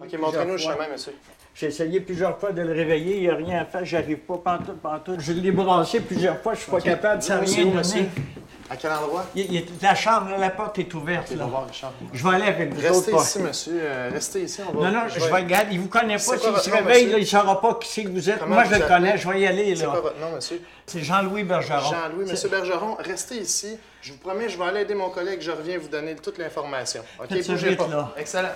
OK, montrez-nous le chemin, monsieur. J'ai essayé plusieurs fois de le réveiller, il n'y a rien à faire, j'arrive pas, pantoute, pantoute. Je l'ai brassé plusieurs fois, je suis pas capable, ça n'a C'est rien où, donné. monsieur? À quel endroit? Il- il- la chambre, là, la porte est ouverte. On Là. va voir, Richard. Je vais aller avec vous Restez autres, ici, pas- monsieur. Euh, restez ici, on va... Non, non, je vais regarder. Il vous connaît pas. C'est S'il quoi votre se nom, réveille, monsieur? là, il ne saura pas qui c'est que vous êtes. Comment Moi, vous je le appelez? connais. Je vais y aller, C'est là. quoi votre nom, monsieur? C'est Jean-Louis Bergeron. Jean-Louis, monsieur Bergeron, restez ici. Je vous promets, je vais aller aider mon collègue. Je reviens vous donner toute l'information. OK, Faites ça bougez vite, pas. là. Excellent.